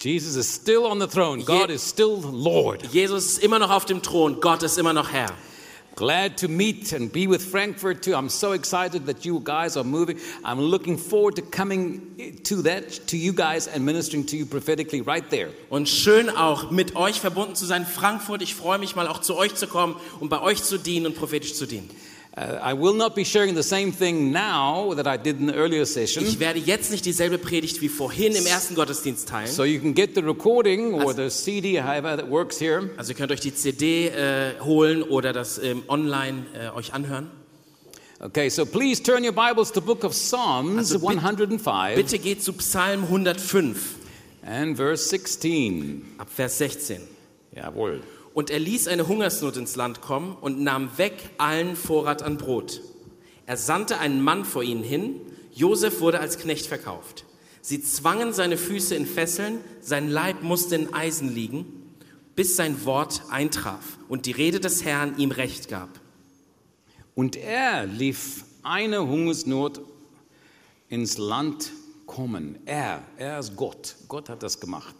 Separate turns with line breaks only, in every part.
Jesus is still on the throne. God is still Lord.
Jesus ist immer noch auf dem Thron, Gott ist immer noch Herr.
Glad to meet and be with Frankfurt too. I'm so excited that you guys are moving. I'm looking forward to coming to that to you guys and ministering to you prophetically right there.
Und schön auch mit euch verbunden zu sein, Frankfurt. Ich freue mich mal auch zu euch zu kommen und bei euch zu dienen und prophetisch zu dienen.
Uh, I will not be sharing the same thing now that I did in the earlier session.
Ich werde jetzt nicht dieselbe Predigt wie vorhin im ersten Gottesdienst teilen.
So you can get the recording or the CD, however that works here.
Also ihr könnt euch die CD äh, holen oder das ähm, online äh, euch anhören.
Okay, so please turn your Bibles to Book of Psalms
Also bit-
105
Bitte geht zu Psalm 105
and verse 16.
ab Vers 16.
Jawohl.
Und er ließ eine Hungersnot ins Land kommen und nahm weg allen Vorrat an Brot. Er sandte einen Mann vor ihnen hin. Josef wurde als Knecht verkauft. Sie zwangen seine Füße in Fesseln, sein Leib musste in Eisen liegen, bis sein Wort eintraf und die Rede des Herrn ihm Recht gab.
Und er lief eine Hungersnot ins Land kommen. Er, er ist Gott. Gott hat das gemacht.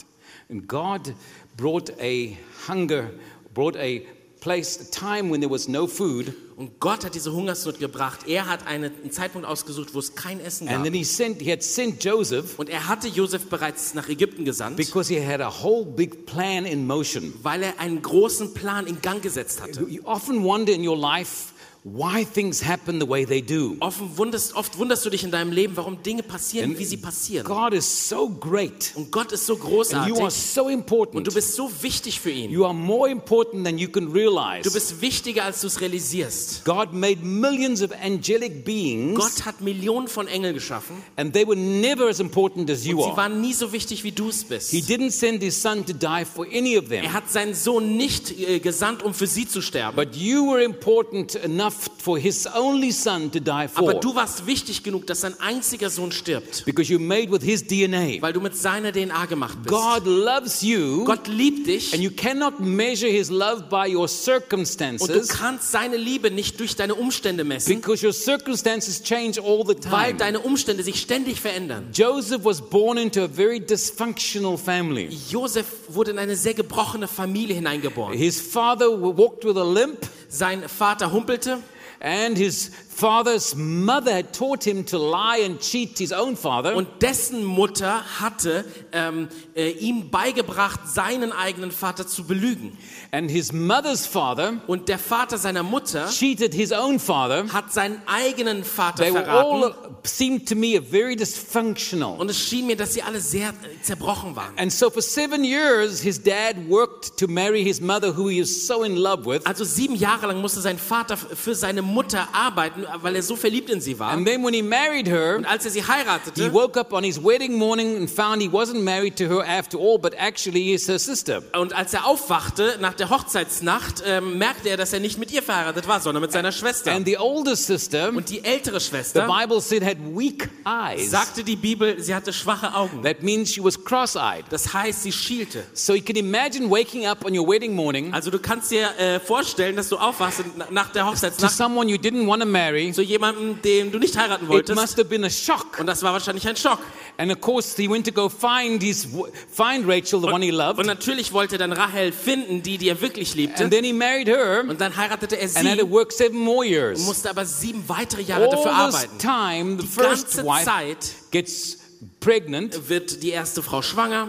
And God brought a hunger, brought a place, a time when there was no food,
Und Gott hat diese Hungersnot gebracht. Er hat eine, einen Zeitpunkt ausgesucht, wo es kein Essen
and
gab.
then he sent, he had sent Joseph
Und er hatte Josef bereits nach Ägypten gesandt,
because he had a whole big plan in motion.
weil er einen großen Plan in Gang gesetzt hatte.
You often wonder in your life why things happen the way they do.
Offen wunderst, oft wunderst du dich in deinem Leben, warum Dinge passieren, wie sie passieren.
God is so great.
Und Gott ist so
And you are
großartig
so
und
important.
du bist so wichtig für ihn.
You are more important than you can realize.
Du bist wichtiger, als du es realisierst.
God made millions of angelic beings,
Gott hat Millionen von Engeln geschaffen
and they were never as important as
und
you
sie
are.
waren nie so wichtig, wie du es bist.
He didn't send his son to die for any of
Er
them,
hat seinen Sohn nicht äh, gesandt, um für sie zu sterben.
but you were important enough for his only son to die
Aber
for.
du warst wichtig genug, dass sein einziger Sohn stirbt,
Because you're made with his DNA.
weil du mit seiner DNA gemacht bist.
God loves you,
Gott liebt
and
dich
you cannot measure his love by your
und du
circumstances
kannst seine Liebe nicht durch deine Umstände messen,
because your circumstances change all the
weil
time.
deine Umstände sich ständig verändern.
Joseph was born into a very dysfunctional family.
Josef wurde in eine sehr gebrochene Familie hineingeboren.
His father walked with a limp.
Sein Vater humpelte
And his father's mother had taught him to lie and cheat his own father.
und dessen Mutter hatte ähm, äh, ihm beigebracht, seinen eigenen Vater zu belügen.
and his mother's father
Und der Vater seiner Mutter
cheated his own father.
hat seinen eigenen Vater
They were
verraten.
all, seemed to me, a very dysfunctional.
Und es schien mir, dass sie alle sehr äh, zerbrochen waren.
And so for seven years, his dad worked to marry his mother, who he is so in love with.
Also sieben Jahre lang musste sein Vater f- für seine Mutter arbeiten, weil er so verliebt in sie war.
And then when he married her,
Und als er sie
he
heiratete
woke up on his wedding morning and found he wasn't married to her after all, but actually he is her sister.
und als er aufwachte nach der Hochzeitsnacht, ähm, merkte er, dass er nicht mit ihr verheiratet war, sondern mit seiner Schwester.
And the older sister,
Und die ältere
the
Schwester
Bible said, had weak eyes.
sagte die Bibel, sie hatte schwache Augen.
That means she was cross-eyed.
Das heißt, sie schielte.
So you can imagine waking up on your wedding morning
Also du kannst dir äh, vorstellen, dass du aufwachst und na- nach der
to
Hochzeitsnacht
someone you didn't want to marry.
zu jemandem, den du nicht heiraten
It
wolltest.
must have been a shock.
Und das war wahrscheinlich ein Schock.
And of course, he went to go find his find Rachel, the one he
Und
loved,
natürlich wollte dann Rahel finden, die, die er wirklich liebte.
and then he married her and
Und dann heiratete er
had
sie
to
und
work seven more years.
musste aber sieben weitere Jahre dafür
All this
arbeiten.
time, the
Die
first
ganze
wife
Zeit
gets pregnant,
wird die erste Frau schwanger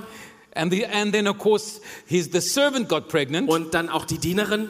and the and then of course his the servant got pregnant,
und dann auch die Dienerin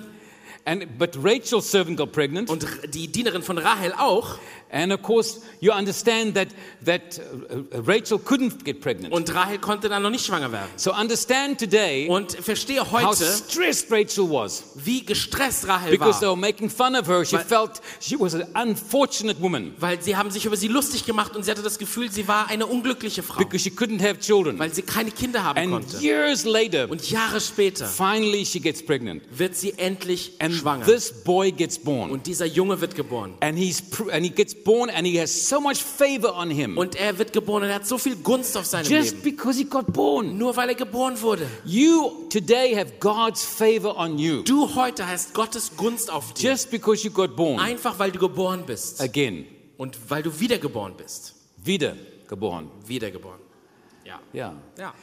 and but Rachel's servant got pregnant,
und R- die Dienerin von Rahel auch.
and of course you understand that that uh, uh, Rachel couldn't get pregnant.
Und Rahel konnte dann noch nicht schwanger werden.
So understand today
Und verstehe
how
heute,
stressed Rachel was
wie gestresst Rahel
because they
war,
were making fun of her. She
Weil-
felt she was an unfortunate woman
weil sie haben sich über sie lustig gemacht und sie hatte das Gefühl, sie war eine unglückliche Frau,
because she couldn't have children.
weil sie keine Kinder haben
And
konnte.
years later,
Und Jahre später
finally she gets pregnant,
wird sie endlich
and
schwanger
this boy gets born,
und dieser Junge wird geboren.
and he's pr- and he gets born, and he has so much favor on him
Und er wird geboren und er hat so viel Gunst auf seinem
just
Leben,
because he got born.
nur weil er geboren wurde.
You today have God's favor on you
Du heute hast Gottes Gunst auf dir,
just because you got born
einfach weil du geboren bist
again,
und weil du wiedergeboren bist.
wieder geboren.
Wiedergeboren. Ja. Ja.
Yeah.
ja.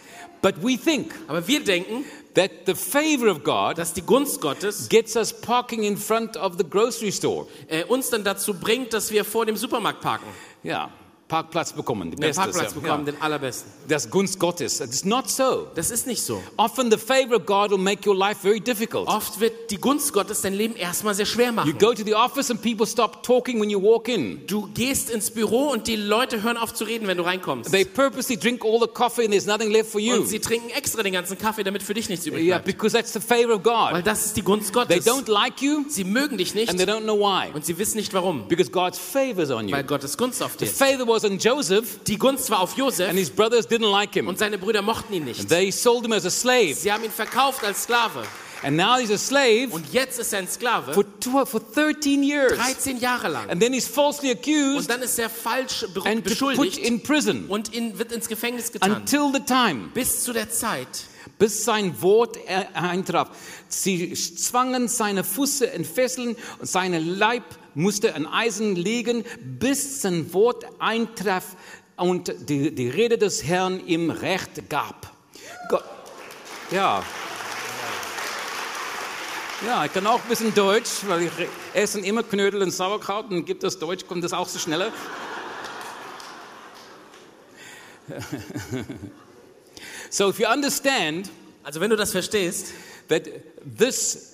But we think
Aber wir denken,
that the favor of God
dass die Gunst Gottes
gets us parking in front of the grocery store.
äh, uns dann dazu bringt, dass wir vor dem Supermarkt parken,
Ja, Parkplatz bekommen. Die
den
Bestes,
Parkplatz
ja.
bekommen,
Ja.
den allerbesten.
Das Gunst Gottes. It's not so.
Das ist nicht so.
Often the favor of God will make your life very difficult.
Oft wird die Gunst Gottes dein Leben erstmal sehr schwer
You
machen.
go to the office and people stop talking when you walk in.
Du gehst ins Büro und die Leute hören auf zu reden, wenn du reinkommst.
They purposely drink all the coffee and there's nothing left for
Und
you.
sie trinken extra den ganzen Kaffee, damit für dich nichts übrig
Yeah,
bleibt.
because that's the favor of
Weil
God.
das ist die Gunst
They
Gottes.
don't like you
Sie mögen dich nicht
and they don't know why.
und sie wissen nicht warum.
Because God's favor is on
Weil
you.
Gottes Gunst auf
The
dir ist.
favor was on Joseph
Die Gunst war auf
and
Josef
his brothers didn't like him.
und seine Brüder mochten ihn nicht.
They sold him as a slave.
Sie haben ihn verkauft als Sklave.
And now he's a slave
Und jetzt ist er ein Sklave.
for, 12, for 13 years.
13 Jahre lang.
And then he's falsely accused
Und dann ist er falsch be-
and to put
beschuldigt
in prison
und in, wird ins Gefängnis getan.
until the time,
Bis zu der Zeit,
bis sein Wort er- eintraf. Sie zwangen seine Füße in Fesseln und seinen Leib musste in Eisen legen, bis sein Wort eintraf und die, die Rede des Herrn ihm Recht gab. Gott, ja. Ja, ich kann auch ein bisschen Deutsch, weil ich re- essen immer Knödel und Sauerkraut und gibt das Deutsch, kommt das auch so schneller. So if you understand
also wenn du das verstehst,
that this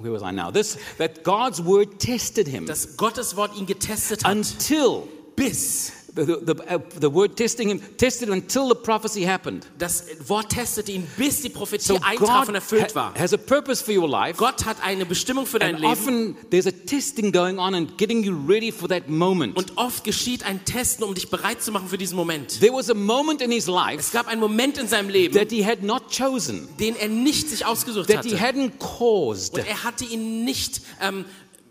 where was i now this that god's word tested him
dass Gottes Wort ihn getestet hat,
until
bis
the, the, uh, the word testing him tested him until the prophecy happened
das Wort testete ihn, bis die Prophetie
so
eintraf und
god
erfüllt
ha-
war.
has a purpose for your life
Gott hat eine Bestimmung für dein
and
Leben
often there's a testing going on and getting you ready for that moment
und oft geschieht ein Testen, um dich bereit zu machen für diesen Moment.
there was a moment in his life
Es gab einen Moment in seinem Leben,
that he had not chosen
den er nicht sich ausgesucht
that he
hatte.
hadn't caused
Und er hatte ihn nicht, ähm,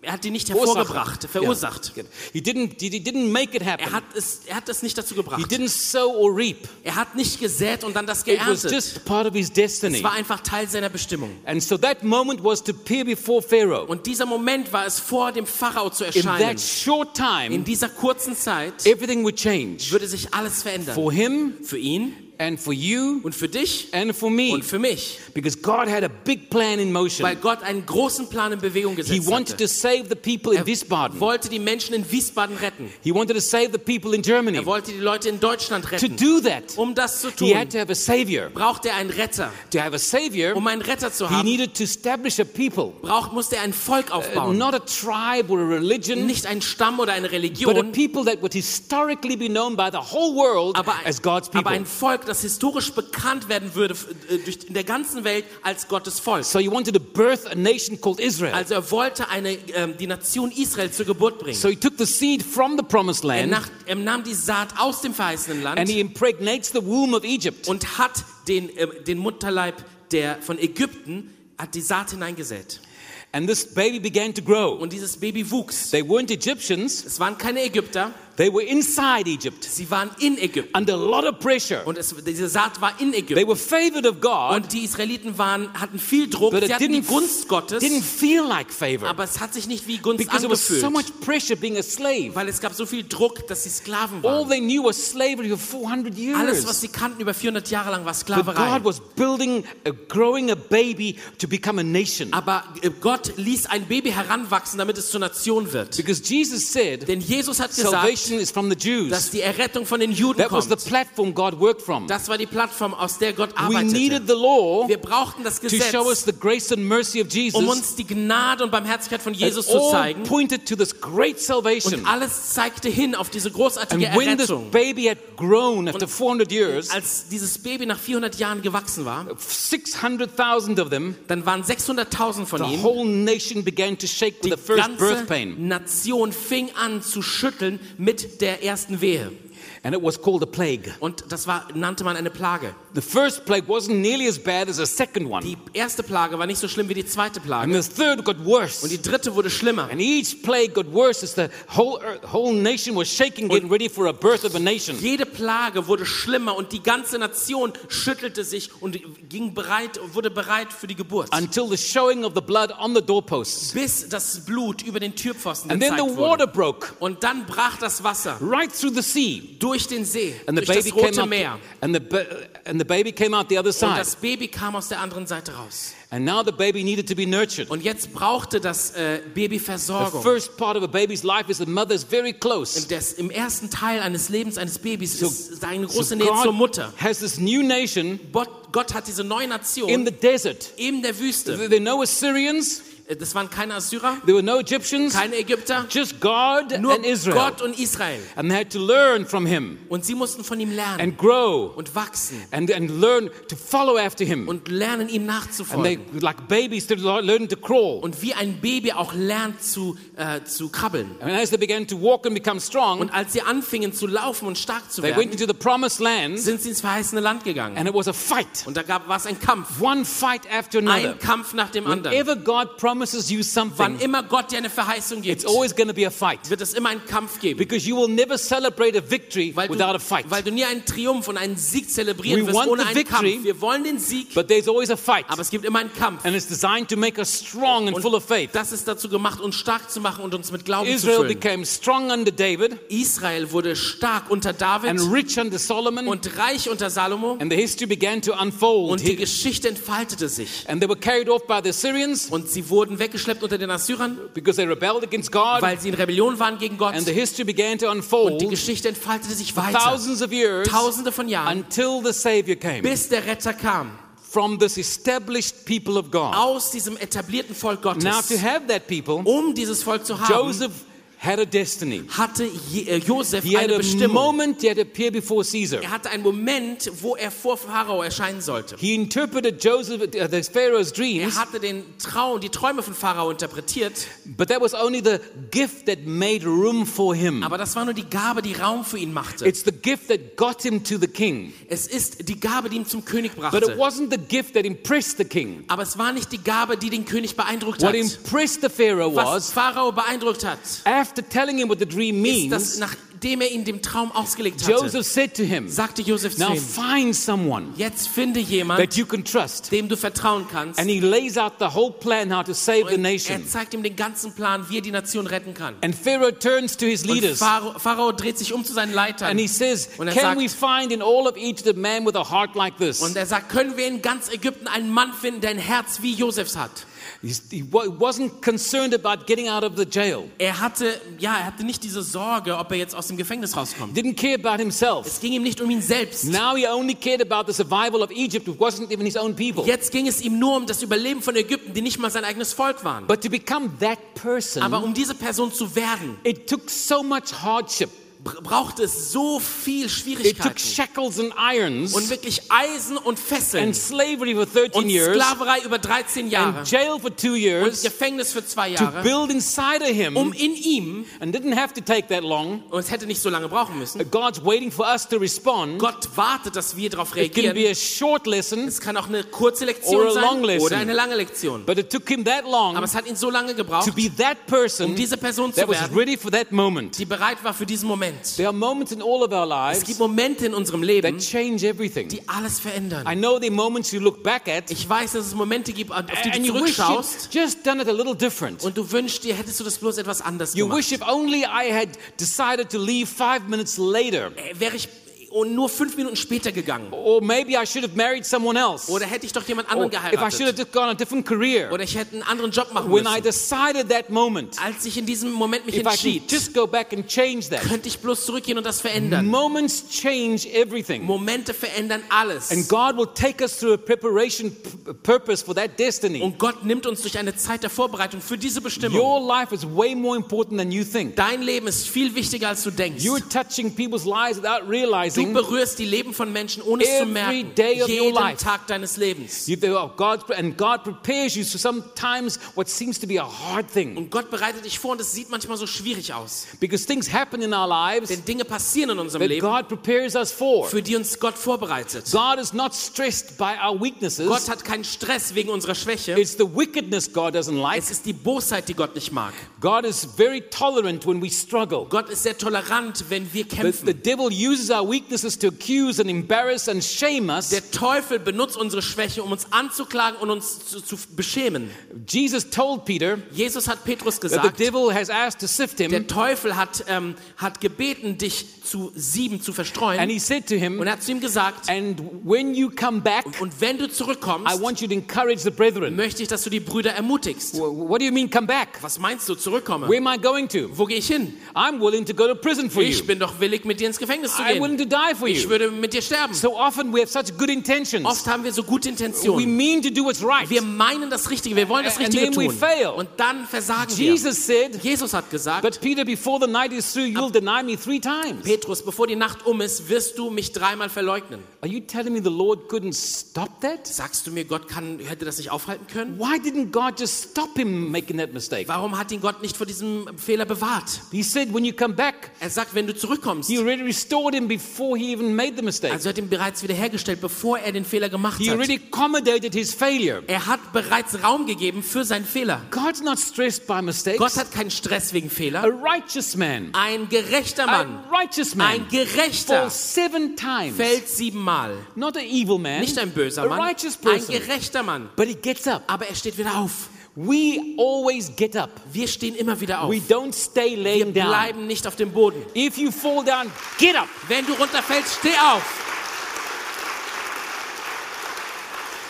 er hat ihn nicht
Verursacht.
hervorgebracht, verursacht.
Yeah. he didn't he, he didn't make it
Er
happen
hat es, er hat es nicht dazu
Genau. he
gebracht.
didn't sow or reap
Er hat nicht gesät und dann das
it was
geerntet.
just part of his
Es
destiny
war einfach Teil seiner Bestimmung.
And so that moment was to appear before Pharaoh.
Und dieser Moment war es, vor dem Pharao zu
In that
erscheinen.
short
In
time,
dieser kurzen Zeit
everything would change
würde sich alles verändern.
for him
Für ihn
and for you
und für dich
and for
und
me
für mich.
because God had a big plan in
Weil
motion.
Gott einen großen Plan in Bewegung
He
gesetzt
wanted
hatte.
to save the people in Wiesbaden.
wollte die Menschen in Wiesbaden retten.
He wanted to save the people in Germany.
Er wollte die Leute in Deutschland
To
retten.
do that,
Um das zu
he had
tun,
to have a savior.
braucht er einen Retter.
To have a savior,
Um einen Retter zu
he
haben,
needed to establish a people,
braucht, musste er ein Volk aufbauen.
not a tribe or a religion,
Nicht einen Stamm oder eine
but a
Religion,
people that would historically be known by the whole world
aber ein,
as God's
aber
people.
ein Volk, das historisch bekannt werden würde äh, durch, in der ganzen Welt als Gottes Volk.
So he wanted to birth a nation called Israel.
Also er wollte eine, ähm, die Nation Israel zur Geburt bringen.
So he took the seed from the promised
er,
land
nach, er nahm die Saat aus dem verheißenen
and
Land
he impregnates the womb of Egypt.
und hat den, ähm, den Mutterleib der, von Ägypten, hat die Saat hineingesät.
And this baby began to grow.
Und dieses Baby wuchs.
They weren't Egyptians,
Es waren keine Ägypter,
they were inside Egypt
sie waren in Ägypten.
under a lot of pressure.
Und es, diese Saat war in
They
Ägypten.
were favored of God,
Und die Israeliten waren, hatten viel Druck,
but
sie
it
hatten die
didn't,
Gunst Gottes,
didn't feel like favor
aber es hat sich nicht wie Gunst
because there was so
angefühlt,
much pressure being a slave.
weil es gab so viel Druck, dass sie Sklaven
All
waren.
they knew was slavery for 400
Alles, was
years.
sie kannten über 400 Jahre lang, war
But
Sklaverei.
God was building, a, growing a baby to become a nation.
Aber äh, Gott ließ ein Baby heranwachsen, damit es zur Nation wird.
Because Jesus said,
Denn Jesus hat gesagt,
salvation is from the
dass
Jews.
die Errettung von den Juden
That was the
kommt.
platform God worked from.
Das war die Plattform, aus der Gott
We
arbeitete.
needed the law
Wir brauchten das
to show us
Gesetz,
the grace and mercy of Jesus.
um uns die Gnade und Barmherzigkeit von
It
Jesus zu
all
zeigen.
pointed to this great salvation.
Und alles zeigte hin auf diese großartige
And when this
Errettung.
baby had grown after 400 years,
Als dieses Baby nach 400 Jahren gewachsen war,
600,000 of them,
dann waren 600.000 von
the
ihnen.
whole nation began to shake with
Die
the first
ganze
birth pain.
Nation fing an zu schütteln mit der ersten Wehe.
And it was called a plague.
Und das war, nannte man eine Plage.
The first plague wasn't nearly as bad as the second one.
Die erste Plage war nicht so schlimm wie die zweite Plage.
And the third got
Und
worse.
die dritte wurde schlimmer.
And each plague got worse as the whole, earth, whole nation was shaking, getting ready for a birth of a nation.
Jede Plage wurde schlimmer und die ganze Nation schüttelte sich und ging bereit, wurde bereit für die Geburt.
Until the showing of the blood on the doorposts.
bis das Blut über den Türpfosten
And then
gezeigt
the
wurde.
water broke
Und dann brach das Wasser
right through the sea.
durch den See,
And the
durch das
baby came
Rote
out.
Meer.
and the ba- and the baby came out the other
Und
side.
das Baby kam aus der anderen Seite raus.
And now the baby needed to be nurtured.
Und jetzt brauchte das äh, Baby
The
Versorgung.
first part of a baby's life is the mother's very close.
Das, Im ersten Teil eines Lebens eines Babys ist seine große
So
Nähe
God
zur Mutter.
has this new nation
Gott, Gott hat diese neue
in
Nation
the desert.
in der Wüste.
There were no Assyrians,
Äh, Das waren keine Assyrer,
there were no Egyptians,
keine Ägypter,
just God
nur
and Israel.
Gott und Israel.
And they had to learn from him
Und sie mussten von ihm lernen
and grow
und wachsen
and, and learn to follow after him.
und lernen, ihm
And they,
nachzufolgen.
like babies, they learn to crawl.
Und wie ein Baby auch lernt zu, äh, zu krabbeln.
And as they began to walk and become strong,
Und als sie anfingen zu laufen und stark zu
they went
werden,
into the promised land
sind sie ins verheißene Land gegangen.
and it was a fight.
Und da gab, war es ein Kampf.
One fight after another.
Ein Kampf nach dem anderen.
Whenever God promises you
Wann
something,
immer Gott dir eine Verheißung
it's
gibt,
always going to be a fight.
wird es immer einen Kampf geben.
Because you will never celebrate a victory
Weil du,
without a fight.
weil du nie einen Triumph und einen Sieg
We
zelebrieren wirst
want
ohne
the
einen
victory.
Kampf. Wir wollen den Sieg,
But there's always a fight.
aber es gibt immer einen Kampf.
And it's designed to make us strong and full of faith.
Das ist dazu gemacht, uns stark zu machen und uns mit Glauben
Israel
zu füllen.
became strong under David
Israel wurde stark unter David
and rich under Solomon.
und reich unter Salomo
And the history began to unfold.
und die
He-
Geschichte entfaltete sich.
And they were carried off by the Assyrians
Und sie wurden weggeschleppt unter den Assyrern,
because they rebelled against God.
weil sie in Rebellion waren gegen Gott.
And the history began to
Und die
unfold
Geschichte entfaltete sich weiter.
thousands of years
Tausende von Jahren,
until the Savior came
bis der Retter kam.
from this established people of God.
Aus diesem etablierten Volk
Now, to
Gottes.
have that people,
Um dieses Volk zu haben,
Joseph had a destiny.
hatte Je äh, Josef
He had
eine
a
Bestimmung.
moment yet appear before Caesar.
Er hatte einen Moment, wo er vor Pharao erscheinen sollte.
He interpreted Joseph, uh, the Pharaoh's
Er
dreams,
hatte den Traum, die Träume von Pharao interpretiert,
but that was only the gift that made room for him.
aber das war nur die Gabe, die Raum für ihn machte.
It's the gift that got him to the king,
Es ist die Gabe, die ihn zum König
Ah, but it
brachte.
wasn't the gift that impressed the king.
Aber es war nicht die Gabe, die den König beeindruckt
What
hat.
impressed the Pharaoh
Was
was,
Pharao beeindruckt hat,
after telling him what the dream
ist,
means,
dass nachdem er ihn dem Traum ausgelegt hatte,
Joseph said to him,
sagte Josef zu
Now
ihm,
find someone
jetzt finde jemand,
that you can trust.
dem du vertrauen kannst.
And he lays out the whole plan how to save the
Und er
nation.
zeigt ihm den ganzen Plan, wie er die Nation retten kann.
And Pharaoh turns to his
Und
leaders
Pharao, Pharao dreht sich um zu seinen Leitern
and he says,
Und er
Can
sagt-
we find in all of Egypt a man with a heart like this?
und er sagt, können wir in ganz Ägypten einen Mann finden, der ein Herz wie Josefs hat?
He's, he wa- wasn't concerned about getting out of the jail.
Er hatte, ja, er hatte nicht diese Sorge, ob er jetzt aus dem Gefängnis rauskommt.
Didn't care about himself.
Es ging ihm nicht um ihn selbst.
Now he only cared about the survival of Egypt. It wasn't even his own people.
Jetzt ging es ihm nur um das Überleben von Ägypten, die nicht mal sein eigenes Volk waren.
But to become that person,
Aber um diese Person zu werden,
it took so much hardship.
br- brauchte es so viel
It took
Schwierigkeiten
shackles and irons
und wirklich Eisen und Fesseln
and slavery for
und
13 years
Sklaverei über 13 Jahre
and jail for two
und
years
Gefängnis für zwei
to
Jahre,
build inside of him
um in ihm,
and didn't have to take that long.
und es hätte nicht so lange brauchen müssen,
God's waiting for us to respond.
Gott wartet, dass wir darauf
It can be
reagieren.
a short lesson,
Es kann auch eine kurze
Or a
Lektion
long
sein
lesson.
oder eine lange Lektion.
but it took him that
Aber
long
es hat ihn so lange
to
gebraucht,
be that person
um diese Person zu
Mhm. that was
werden,
ready for that moment.
die bereit war für diesen Moment.
There are moments in all of our
Es gibt
lives
Momente in unserem
that
Leben,
change everything.
die alles verändern.
I know there are moments you look back at
Ich weiß, dass es Momente gibt, auf die du
and you wish
zurückschaust
you'd just done it a little different.
und du wünschst dir, hättest du das bloß etwas anders
You
gemacht.
wish if only I had decided to leave five minutes later,
Äh, Wäre ich und nur fünf Minuten später gegangen.
or maybe I should have married someone else, or
Oder hätte ich doch jemand anderen
Oh, if I should have
geheiratet.
just gone a different career.
Oder ich hätte einen anderen Job machen
When I
müssen.
decided that moment,
Als ich in diesem Moment mich
if I could
entschied,
just go back and change that.
könnte ich bloß zurückgehen und das verändern.
Moments change everything.
Momente verändern alles.
And God will take us through a preparation p- purpose for that destiny.
Und Gott nimmt uns durch eine Zeit der Vorbereitung für diese Bestimmung.
Your life is way more important than you think.
Dein Leben ist viel wichtiger, als du denkst.
You're touching people's lives without
Du
realizing
berührst die Leben von Menschen, ohne es zu
Every
merken.
day of your life.
Jeden Tag deines Lebens.
you, there are God, and God prepares you for sometimes what seems to be a hard thing
Und Gott bereitet dich vor und es sieht manchmal so schwierig aus.
because things happen in our lives
Denn Dinge passieren in unserem
that
Leben,
God prepares us for.
für die uns Gott vorbereitet.
God is not stressed by our
Gott
weaknesses.
hat keinen Stress wegen unserer Schwäche.
It's the wickedness God doesn't like.
Es ist die Bosheit, die Gott nicht mag.
God is very tolerant when we struggle.
Gott ist sehr tolerant, wenn wir
The, the
kämpfen.
devil uses our weaknesses to accuse and embarrass and shame us.
Der Teufel benutzt unsere Schwäche, um uns anzuklagen und uns zu, zu beschämen.
Jesus told Peter
Jesus hat Petrus
that the
gesagt,
devil has asked to sift
der
him,
Teufel hat, ähm, hat gebeten, dich zu sieben zu
and
verstreuen.
he said to him,
Und er hat zu ihm gesagt,
And when you come back,
und wenn du
I
zurückkommst,
want you to encourage the brethren.
möchte ich, dass du die Brüder ermutigst.
Wh- What do you mean, come back?
Was meinst du, zurückkomme?
Where am I going to?
Wo gehe ich hin?
I'm willing to go to prison for
Ich
you.
bin doch willig, mit dir ins Gefängnis zu
I'm willing
gehen.
to die for
Ich
you.
würde mit dir sterben.
So often we have such good intentions.
Oft haben wir so gute
We
Intentionen.
mean to do what's right.
Wir meinen das Richtige, wir wollen das
And
Richtige
then we
tun.
fail.
Und dann versagen wir.
Jesus said,
Jesus hat gesagt,
But Peter, before the night is through, you'll deny me three times.
Petrus, bevor die Nacht um ist, wirst du mich dreimal verleugnen.
Are you telling me the Lord couldn't stop that?
Sagst du mir, Gott kann, hätte das nicht aufhalten können?
Why didn't God just stop him making that mistake?
Warum hat ihn Gott nicht vor diesem Fehler bewahrt?
He said, When you come back,
Er sagt, wenn du zurückkommst.
He already restored him before he even made the mistake.
Also er hat ihn bereits wiederhergestellt, bevor er den Fehler gemacht
He
hat.
already accommodated his failure.
Er hat bereits Raum gegeben für seinen Fehler.
God's not stressed by
Gott
mistakes.
hat keinen Stress wegen Fehler.
A righteous man,
Ein gerechter
a
Mann,
righteous
ein
man,
gerechter,
falls seven times.
fällt siebenmal.
Not an evil man,
Nicht ein
a
böser Mann,
righteous
ein
person.
gerechter Mann.
But he gets up.
Aber er steht wieder auf.
We always get up.
Wir stehen immer wieder auf.
We don't stay
Wir
laying down.
bleiben nicht auf dem Boden.
If you fall down, get up.
Wenn du runterfällst, steh auf.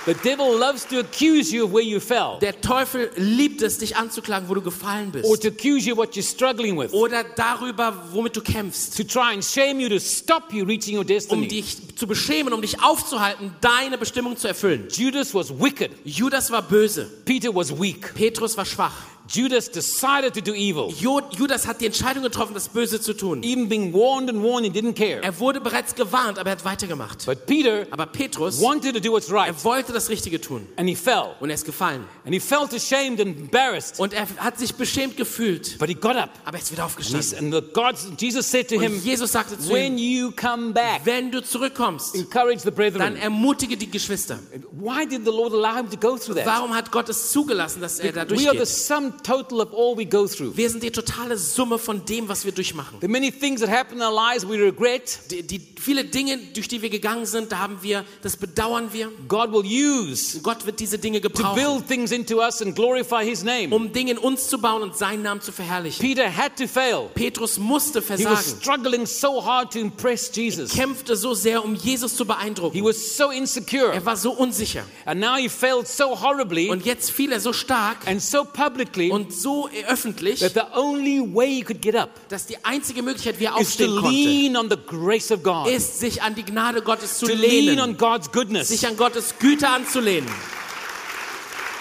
The devil loves to accuse you of where you fell
Der Teufel liebt es, dich anzuklagen, wo du gefallen
or
bist.
to accuse you of what you're struggling with,
Oder darüber, womit du kämpfst.
to try and shame you to stop you reaching your
Um
destiny.
dich zu beschämen, um dich aufzuhalten, deine Bestimmung zu erfüllen.
Judas was wicked.
Judas war böse.
Peter was weak.
Petrus war schwach.
Judas decided to do evil.
Jo- Judas hat die Entscheidung getroffen, das Böse zu tun.
Even being warned and warned, he didn't care.
Er wurde bereits gewarnt, aber er hat weitergemacht.
But Peter
Aber Petrus,
wanted to do what's right,
er wollte das Richtige tun.
and he fell.
Und er ist gefallen.
And he felt ashamed and embarrassed.
Und er hat sich beschämt gefühlt.
But he got up.
Aber er ist wieder
And,
aufgestanden.
he's, and the God, Jesus said to him,
Und Jesus sagte zu ihm,
When you come back,
wenn du zurückkommst,
encourage the
dann
brethren.
ermutige die Geschwister.
Why did the Lord allow him to go through that?
Warum hat Gott es zugelassen, dass er da
We are the
durchgeht?
sum total of all we go through.
Wir sind die totale Summe von dem, was wir durchmachen.
The many things that happen in our lives we regret,
Die, die viele Dinge, durch die wir gegangen sind, da haben wir, das bedauern wir.
God will use
Gott wird diese Dinge
to
gebrauchen,
build things into us and glorify his name.
um Dinge in uns zu bauen und seinen Namen zu verherrlichen.
Peter had to fail.
Petrus musste
He was
versagen,
struggling so hard to impress Jesus.
kämpfte so sehr, um Jesus zu
He
beeindrucken.
was so insecure.
Er war so unsicher.
And now he failed so horribly
Und jetzt fiel er so stark
and so publicly
und so öffentlich,
that the only way he could get up
dass die einzige Möglichkeit, wie er
is to
aufstehen konnte,
lean on the grace of God,
ist, sich an die Gnade Gottes zu
to lean on
lehnen,
God's goodness.
sich an Gottes Güte anzulehnen.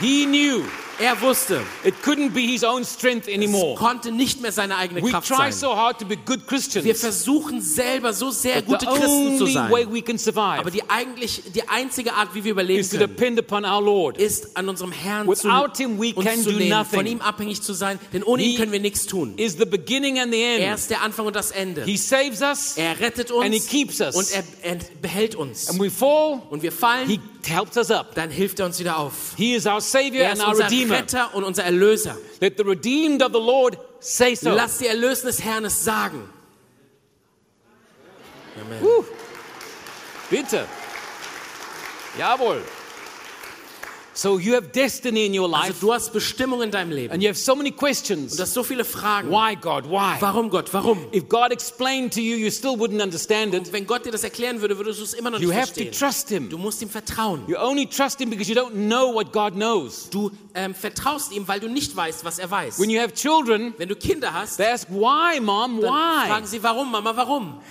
He knew
Er wusste,
it couldn't be his own strength
es
anymore.
konnte nicht mehr seine eigene
We
Kraft
try
sein.
so hard to be good
Wir
Christians.
versuchen selber so sehr
The
gute Christen zu
only way
sein,
we can
aber
survive
die eigentlich die einzige Art, wie wir überleben
is to
können,
depend upon our Lord.
ist an unserem Herrn zu,
Without him we
uns
can
zu
do
lehnen, von
nothing.
ihm abhängig zu sein, denn ohne
He-
ihn können wir nichts tun.
Is the beginning and the
Er
end.
ist der Anfang und das Ende.
He saves us
Er rettet
and he
uns
keeps
und
us.
er, er behält uns.
And we fall,
Und wir
he
fallen,
helps us up.
dann hilft er uns wieder auf.
He is our Savior
Er
and
ist
our
unser
Redeemer.
Retter und unser Erlöser.
Let the redeemed of the Lord say so.
Lass die Erlösen des Herrn es sagen. Amen.
Woo. Bitte. Jawohl. So you have destiny in your
Also
life
du hast Bestimmung in deinem Leben.
and you have so many
Und
questions.
du hast so viele Fragen.
Why God? Why?
Warum Gott? Warum?
If God explained to you, you still wouldn't understand
Und
it.
wenn Gott dir das erklären würde, würdest du es immer noch
You
nicht
have to
verstehen.
trust
Du
him.
musst ihm vertrauen.
You only trust him because you don't know what God knows.
Du ähm, vertraust ihm, weil du nicht weißt, was er weiß.
When you have children,
Wenn du Kinder hast,
they ask, "Why, mom?
dann
Why?"
fragen sie, warum, Mama, warum?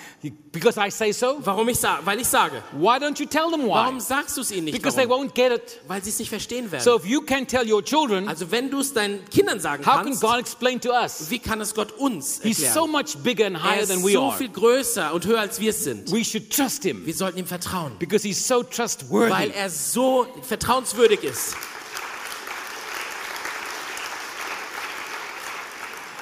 Because I say so.
Warum ich sage, weil ich sage.
Why don't you tell them why?
Warum sagst du es ihnen nicht?
Because they
Warum?
won't get it.
Weil sie es nicht verstehen werden.
So if you can tell your children,
also wenn du es deinen Kindern sagen
How can
kannst,
God explain to us?
wie kann es Gott uns
He's so
erklären?
much bigger and
Er
higher
ist
than we
so
are.
viel größer und höher als wir es sind.
We should trust him
Wir sollten ihm vertrauen,
because he's so
weil
trustworthy.
er so vertrauenswürdig ist.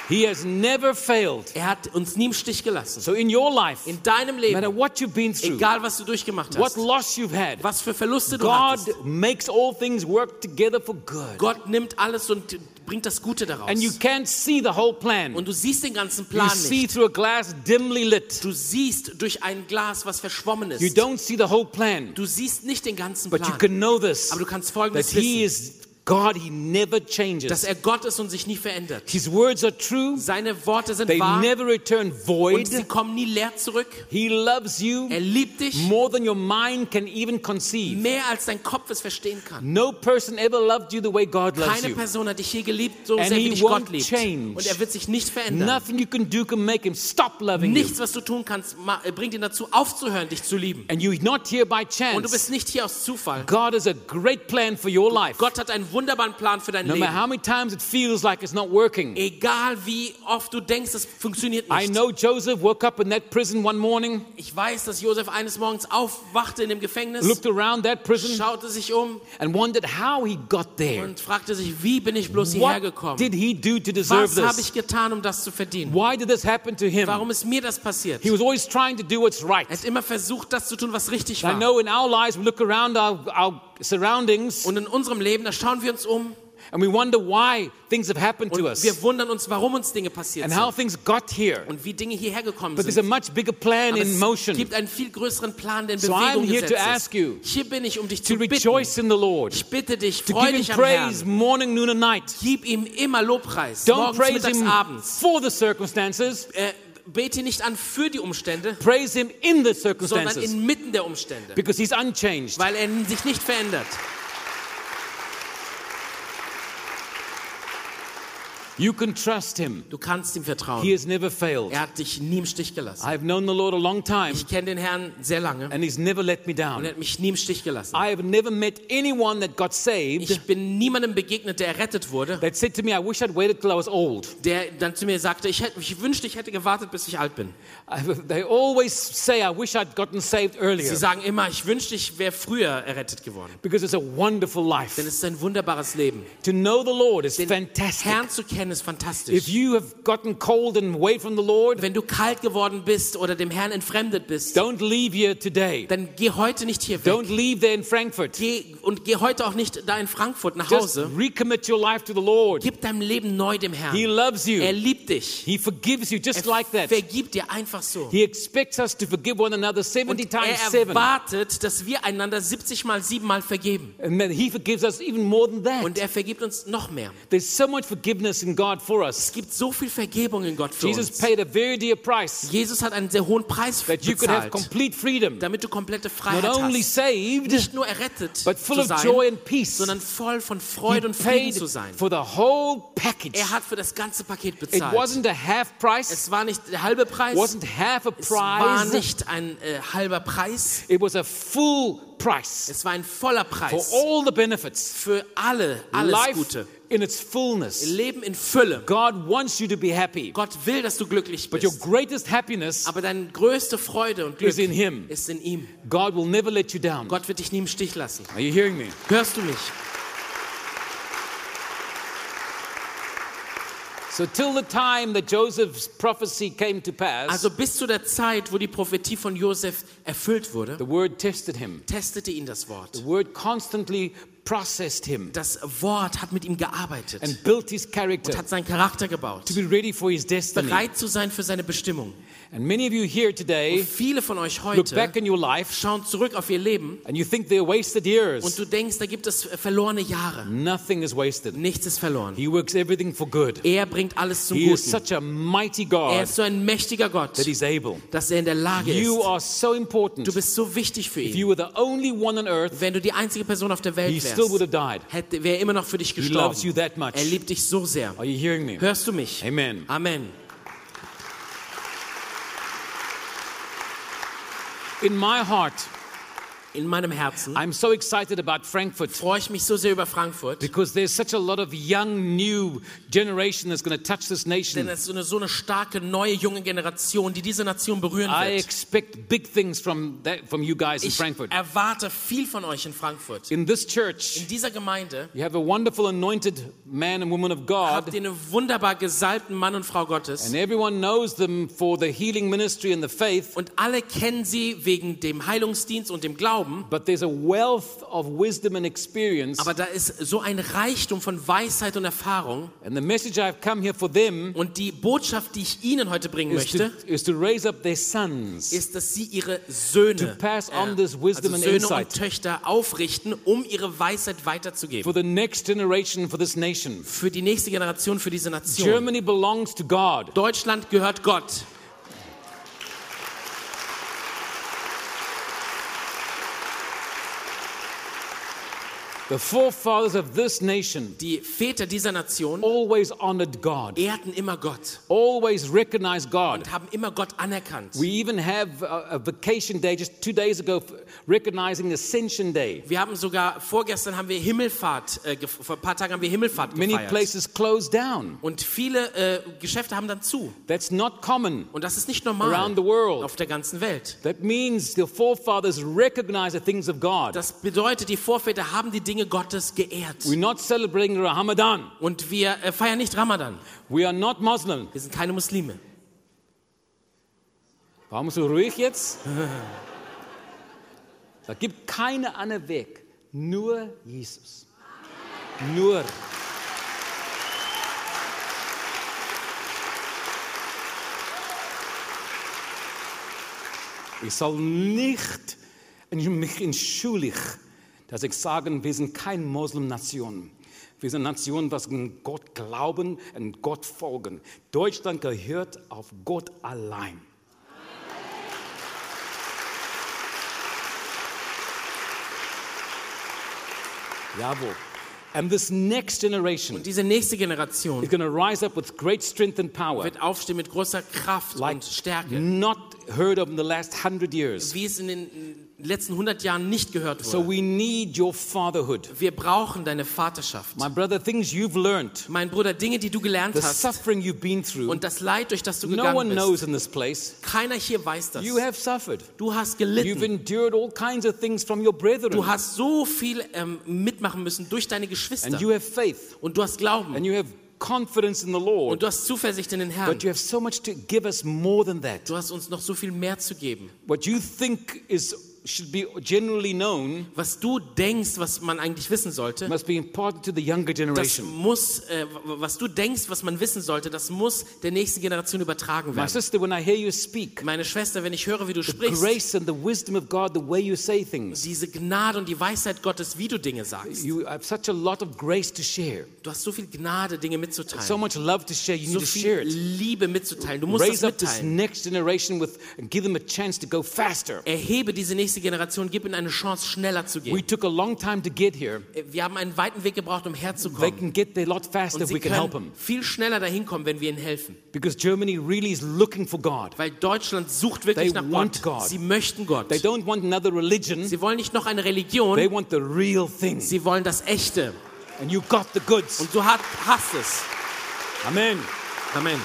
He has never failed.
Er hat uns nie im Stich gelassen.
So in your life, no
In deinem
matter
Leben,
what you've been through,
egal was du durchgemacht
what
hast,
loss you've had,
was für Verluste du
God
hattest,
makes all things work together for good.
Gott nimmt alles und bringt das Gute daraus.
and you can't see the whole plan.
Und du siehst den ganzen
You
Plan
see
nicht.
through a glass dimly lit.
Du siehst durch ein Glas, was verschwommen
You
ist.
don't see the whole plan,
Du siehst nicht den ganzen
but you
Plan.
can know this
Aber du kannst
that
Folgendes
He
wissen,
is God, He never
dass
changes.
er Gott ist und sich nie verändert.
His words are true,
Seine Worte sind
they
wahr
never return
und
void.
sie kommen nie leer zurück.
He loves
Er
you
liebt dich
more than your mind can even conceive.
mehr, als dein Kopf es verstehen kann.
No person ever loved you the way God loves
Keine
you.
Person hat dich je geliebt, so
And
sehr
he
wie dich
won't
Gott liebt.
change.
Und er wird sich nicht verändern.
Nothing you can do can make Him stop loving you.
Nichts, was du tun kannst, ma- äh, bringt ihn dazu, aufzuhören, dich zu lieben.
And you're not here by
Und du bist
chance.
nicht hier aus Zufall.
God has a great plan for your life.
Gott hat einen wunderbaren Plan für dein
No matter
Leben.
how many times it feels like it's not working.
Egal wie oft du denkst, es funktioniert
I
nicht.
know Joseph woke up in that prison one morning,
Ich weiß, dass Josef eines Morgens aufwachte in dem Gefängnis,
looked around that prison,
schaute sich um
and wondered how he got there.
und fragte sich, wie bin ich bloß hierher
What
gekommen?
did he do to deserve
Was habe
this?
ich getan, um das zu verdienen?
Why did this happen to him?
Warum ist mir das passiert?
He was always trying to do what's right.
Er hat immer versucht, das zu tun, was richtig
I
war.
know in our lives we look around our, our surroundings
Und in unserem Leben, da schauen wir uns um
and we wonder why things have happened
und
to us
wir wundern uns, warum uns Dinge passiert
and how
sind
things got here.
und wie Dinge hierher gekommen
But there's a
sind.
much bigger plan
Aber
in
es
motion
gibt einen viel größeren Plan, der in
So I'm
Bewegung
here to
gesetzt
ask you
ist. Hier bin ich, um dich
to
zu bitten.
rejoice in the Lord,
Ich bitte dich,
to
freu
give
dich
Him
am
praise
Herrn.
morning, noon, and night.
Gib ihm immer Lobpreis,
Don't
morgens,
praise
mittags,
Him
abends.
for the circumstances,
Äh, bete nicht an für die Umstände,
praise Him in the
sondern
circumstances
inmitten der Umstände,
because He's unchanged.
weil er sich nicht verändert.
You can trust Him,
Du kannst ihm vertrauen.
He has never failed.
Er hat dich nie im Stich gelassen.
I've known the Lord a long time
Ich kenne den Herrn sehr lange und
and He's never let me
er
down.
hat mich nie im Stich gelassen.
I have never met anyone that got saved
Ich bin niemandem begegnet, der errettet wurde,
that said to me, I wish I'd waited till I was old.
der dann zu mir sagte, ich, hätte, ich wünschte, ich hätte gewartet, bis ich alt bin.
I, they always say, I wish I'd gotten saved earlier
Sie sagen immer, ich wünschte, ich wäre früher errettet geworden.
because it's a wonderful
Denn
life.
es ist ein wunderbares Leben.
To know the Lord is fantastic.
Herrn zu kennen ist
If
fantastisch.
you have gotten cold and away from the Lord,
Wenn du kalt geworden bist oder dem Herrn entfremdet bist,
don't leave here today.
dann geh heute nicht hier weg.
Don't leave there in Frankfurt.
Geh, und geh heute auch nicht da in Frankfurt nach
Just
Hause.
recommit your life to the Lord.
Gib deinem Leben neu dem
He
Herrn.
loves
Er
you.
liebt dich.
He forgives you just like that.
Vergib dir einfach so.
He expects us to forgive one another 70
Und
times
er
7.
erwartet, dass wir einander 70 mal 7 mal vergeben.
And then he forgives us even more than
Und
that.
er vergibt uns noch mehr.
There's so much forgiveness in God for
Es
us.
gibt so viel Vergebung in Gott für
Jesus
uns.
paid a very dear price
Jesus hat einen sehr hohen Preis
that you could have
bezahlt,
complete freedom.
damit du komplette
Not
Freiheit
only
hast.
saved,
Nicht nur errettet
but full
zu
of joy
sein,
and peace.
sondern voll von
He
Freude und Frieden
paid
zu sein.
for the whole package.
Er hat für das ganze Paket
It
bezahlt.
wasn't a half price.
Es war nicht der halbe
It
Preis.
wasn't half a
Es war
price.
nicht ein äh, halber Preis.
It was a full price
Es war ein voller
for
Preis
all the benefits.
für alle, alles
Life
Gute.
in its fullness.
Leben in Fülle.
God wants you to be happy,
Gott will, dass du glücklich
but your
bist.
greatest happiness,
Aber deine größte Freude und Glück
Is in him.
ist in ihm.
God will never let you down.
Gott wird dich nie im Stich lassen.
Are you hearing me?
Hörst du mich?
So, till the time that Joseph's prophecy came to pass,
Also bis zu der Zeit, wo die Prophetie von Josef erfüllt wurde,
the word tested him.
testete ihn das Wort.
The word constantly processed him
Das Wort hat mit ihm gearbeitet
and built his character
und hat seinen Charakter gebaut,
to be ready for his destiny.
bereit zu sein für seine Bestimmung.
And many of you here
Und
today
viele von euch
look back
heute
in your life
schauen zurück auf ihr Leben
and you think they're wasted
und
years.
du denkst, da gibt es verlorene Jahre.
Nothing is wasted.
Nichts ist verloren.
He works everything for good.
Er bringt alles zum
He is
Guten.
such a mighty
Er
God
ist so ein mächtiger Gott,
that he's able.
dass er in der Lage ist.
You are so important.
Du bist so wichtig für
If
ihn.
you were the only one on earth,
Wenn du die einzige Person auf der
he
Welt
still would
wärst,
have died.
hätte, wäre er immer noch für dich
He loves you
gestorben.
that much.
Er liebt dich so sehr.
Are you hearing me?
Hörst du mich?
Amen.
Amen.
In my heart,
In meinem Herzen
I'm so excited about Frankfurt
freue ich mich so sehr über Frankfurt,
because there's such a lot of young, new generation that's going to touch this
denn
nation.
es ist so eine, so eine starke, neue, junge Generation, die diese Nation berühren
I
wird.
expect big things from that, from you guys in
Ich
Frankfurt.
erwarte viel von euch in Frankfurt.
In this church,
In dieser Gemeinde
you have a wonderful anointed man and woman of
habt
God,
ihr einen wunderbar gesalbten Mann und Frau Gottes
and everyone knows them for the healing ministry and the faith.
und alle kennen sie wegen dem Heilungsdienst und dem Glauben,
But there's a wealth of wisdom and experience.
aber da ist so ein Reichtum von Weisheit und Erfahrung.
And the message I've come here for them
Und die Botschaft, die ich Ihnen heute bringen
is to,
möchte,
is to raise up their sons.
ist, dass Sie Ihre Söhne,
To pass on
äh,
this wisdom
also
and
Söhne und
insight.
Töchter aufrichten, um ihre Weisheit
For
weiterzugeben.
the next generation, for this nation.
Für die nächste Generation, für diese Nation.
Germany belongs to God.
Deutschland gehört Gott.
The forefathers of this nation
Die Väter dieser Nation
always honored God,
ehrten immer Gott
always recognized God.
und haben immer Gott anerkannt.
We even have a, a vacation day just two days ago, f- recognizing Ascension Day.
Wir haben sogar, vorgestern haben wir Himmelfahrt, äh, gef- vor ein paar Tagen haben wir Himmelfahrt
Many
gefeiert.
places closed down.
Und viele äh, Geschäfte haben dann zu.
That's not common
Und das ist nicht normal
around the world.
auf der ganzen Welt.
That means the forefathers recognize the things of God.
Das bedeutet, die Vorväter haben die Dinge Gottes geehrt.
We're not celebrating Ramadan.
Und wir äh, feiern nicht Ramadan.
We are not Muslim.
Wir sind keine Muslime.
Warum so ruhig jetzt? Da gibt keine andere Weg. Nur Jesus. Nur. Ich soll nicht mich entschuldigen, dass ich sage, wir sind keine Moslem-Nation. Wir sind eine Nation, was an Gott glauben und Gott folgen. Deutschland gehört auf Gott allein. Jawohl. And this next generation
Diese nächste
is
Generation
going to rise up with great strength and power,
wird aufstehen mit großer Kraft
like
und Stärke,
not heard of in the last hundred years.
wie es in den letzten 100 Jahren nicht gehört
So
wurde.
we need your fatherhood.
Wir brauchen deine Vaterschaft.
My brother, things you've learned,
Mein Bruder, Dinge, die du gelernt
the
hast
suffering you've been through,
und das Leid, durch das du
no one
gegangen bist,
knows in this place.
keiner hier weiß das.
You have suffered.
Du hast
You've
gelitten.
endured all kinds of things from your
Du
brethren.
hast so viel ähm, mitmachen müssen durch deine Geschwister.
And you have faith.
Und du hast Glauben.
And you have confidence in the Lord.
Und du hast Zuversicht in den Herrn.
But you have so much to give us more than that.
Du hast uns noch so viel mehr zu geben.
What you think is should be generally known
Was du denkst, was man eigentlich wissen sollte,
must be important to the younger
das
generation.
muss, äh, w- was du denkst, was man wissen sollte, das muss der nächsten Generation übertragen
My
werden.
sister, when I hear you speak,
Meine Schwester, wenn ich höre, wie du sprichst,
grace and the wisdom of God, the way you say things,
diese Gnade und die Weisheit Gottes, wie du Dinge sagst.
you have such a lot of grace to share,
Du hast so viel Gnade, Dinge mitzuteilen.
so much love to share. You
so
need to share
viel
it.
Liebe mitzuteilen. Du musst
Raise
das
up this
mitteilen.
next generation with and give them a chance to go faster.
Erhebe diese nächste Generation, gib ihnen eine Chance, schneller zu
We
gehen. Äh,
took a long time to get here.
Wir haben einen weiten Weg gebraucht, um
They
herzukommen.
can get there a lot faster
Und
if
sie
we can help
können
them.
viel schneller dahin kommen, wenn wir ihnen helfen.
Because Germany really is looking for God.
Weil Deutschland sucht wirklich
They
nach
want
Gott.
God.
Sie möchten Gott.
They don't want another religion.
Sie wollen nicht noch eine
They
Religion,
want the real thing.
sie wollen das Echte.
And you got the goods.
Und so hat, hast es.
Amen.
Amen.